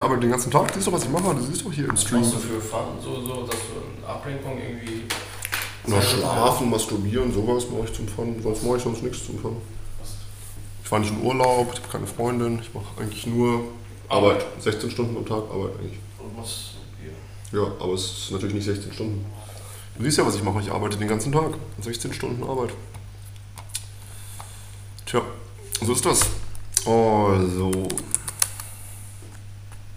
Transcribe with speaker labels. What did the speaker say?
Speaker 1: doch den ganzen Tag. Siehst du, was ich mache? Du siehst doch hier im
Speaker 2: Was
Speaker 1: Stream.
Speaker 2: machst du für Fun, so, so, dass du eine Ablenkung irgendwie.
Speaker 1: Na, schlafen, masturbieren, sowas mache ich zum Fun. Sonst mache ich sonst nichts zum Fun.
Speaker 2: Was?
Speaker 1: Ich war nicht in Urlaub, ich habe keine Freundin. Ich mache eigentlich nur Arbeit. 16 Stunden am Tag Arbeit eigentlich.
Speaker 2: Und was? Ja.
Speaker 1: Ja, aber es ist natürlich nicht 16 Stunden. Du siehst ja, was ich mache. Ich arbeite den ganzen Tag. 16 Stunden Arbeit. Tja, so ist das. Also,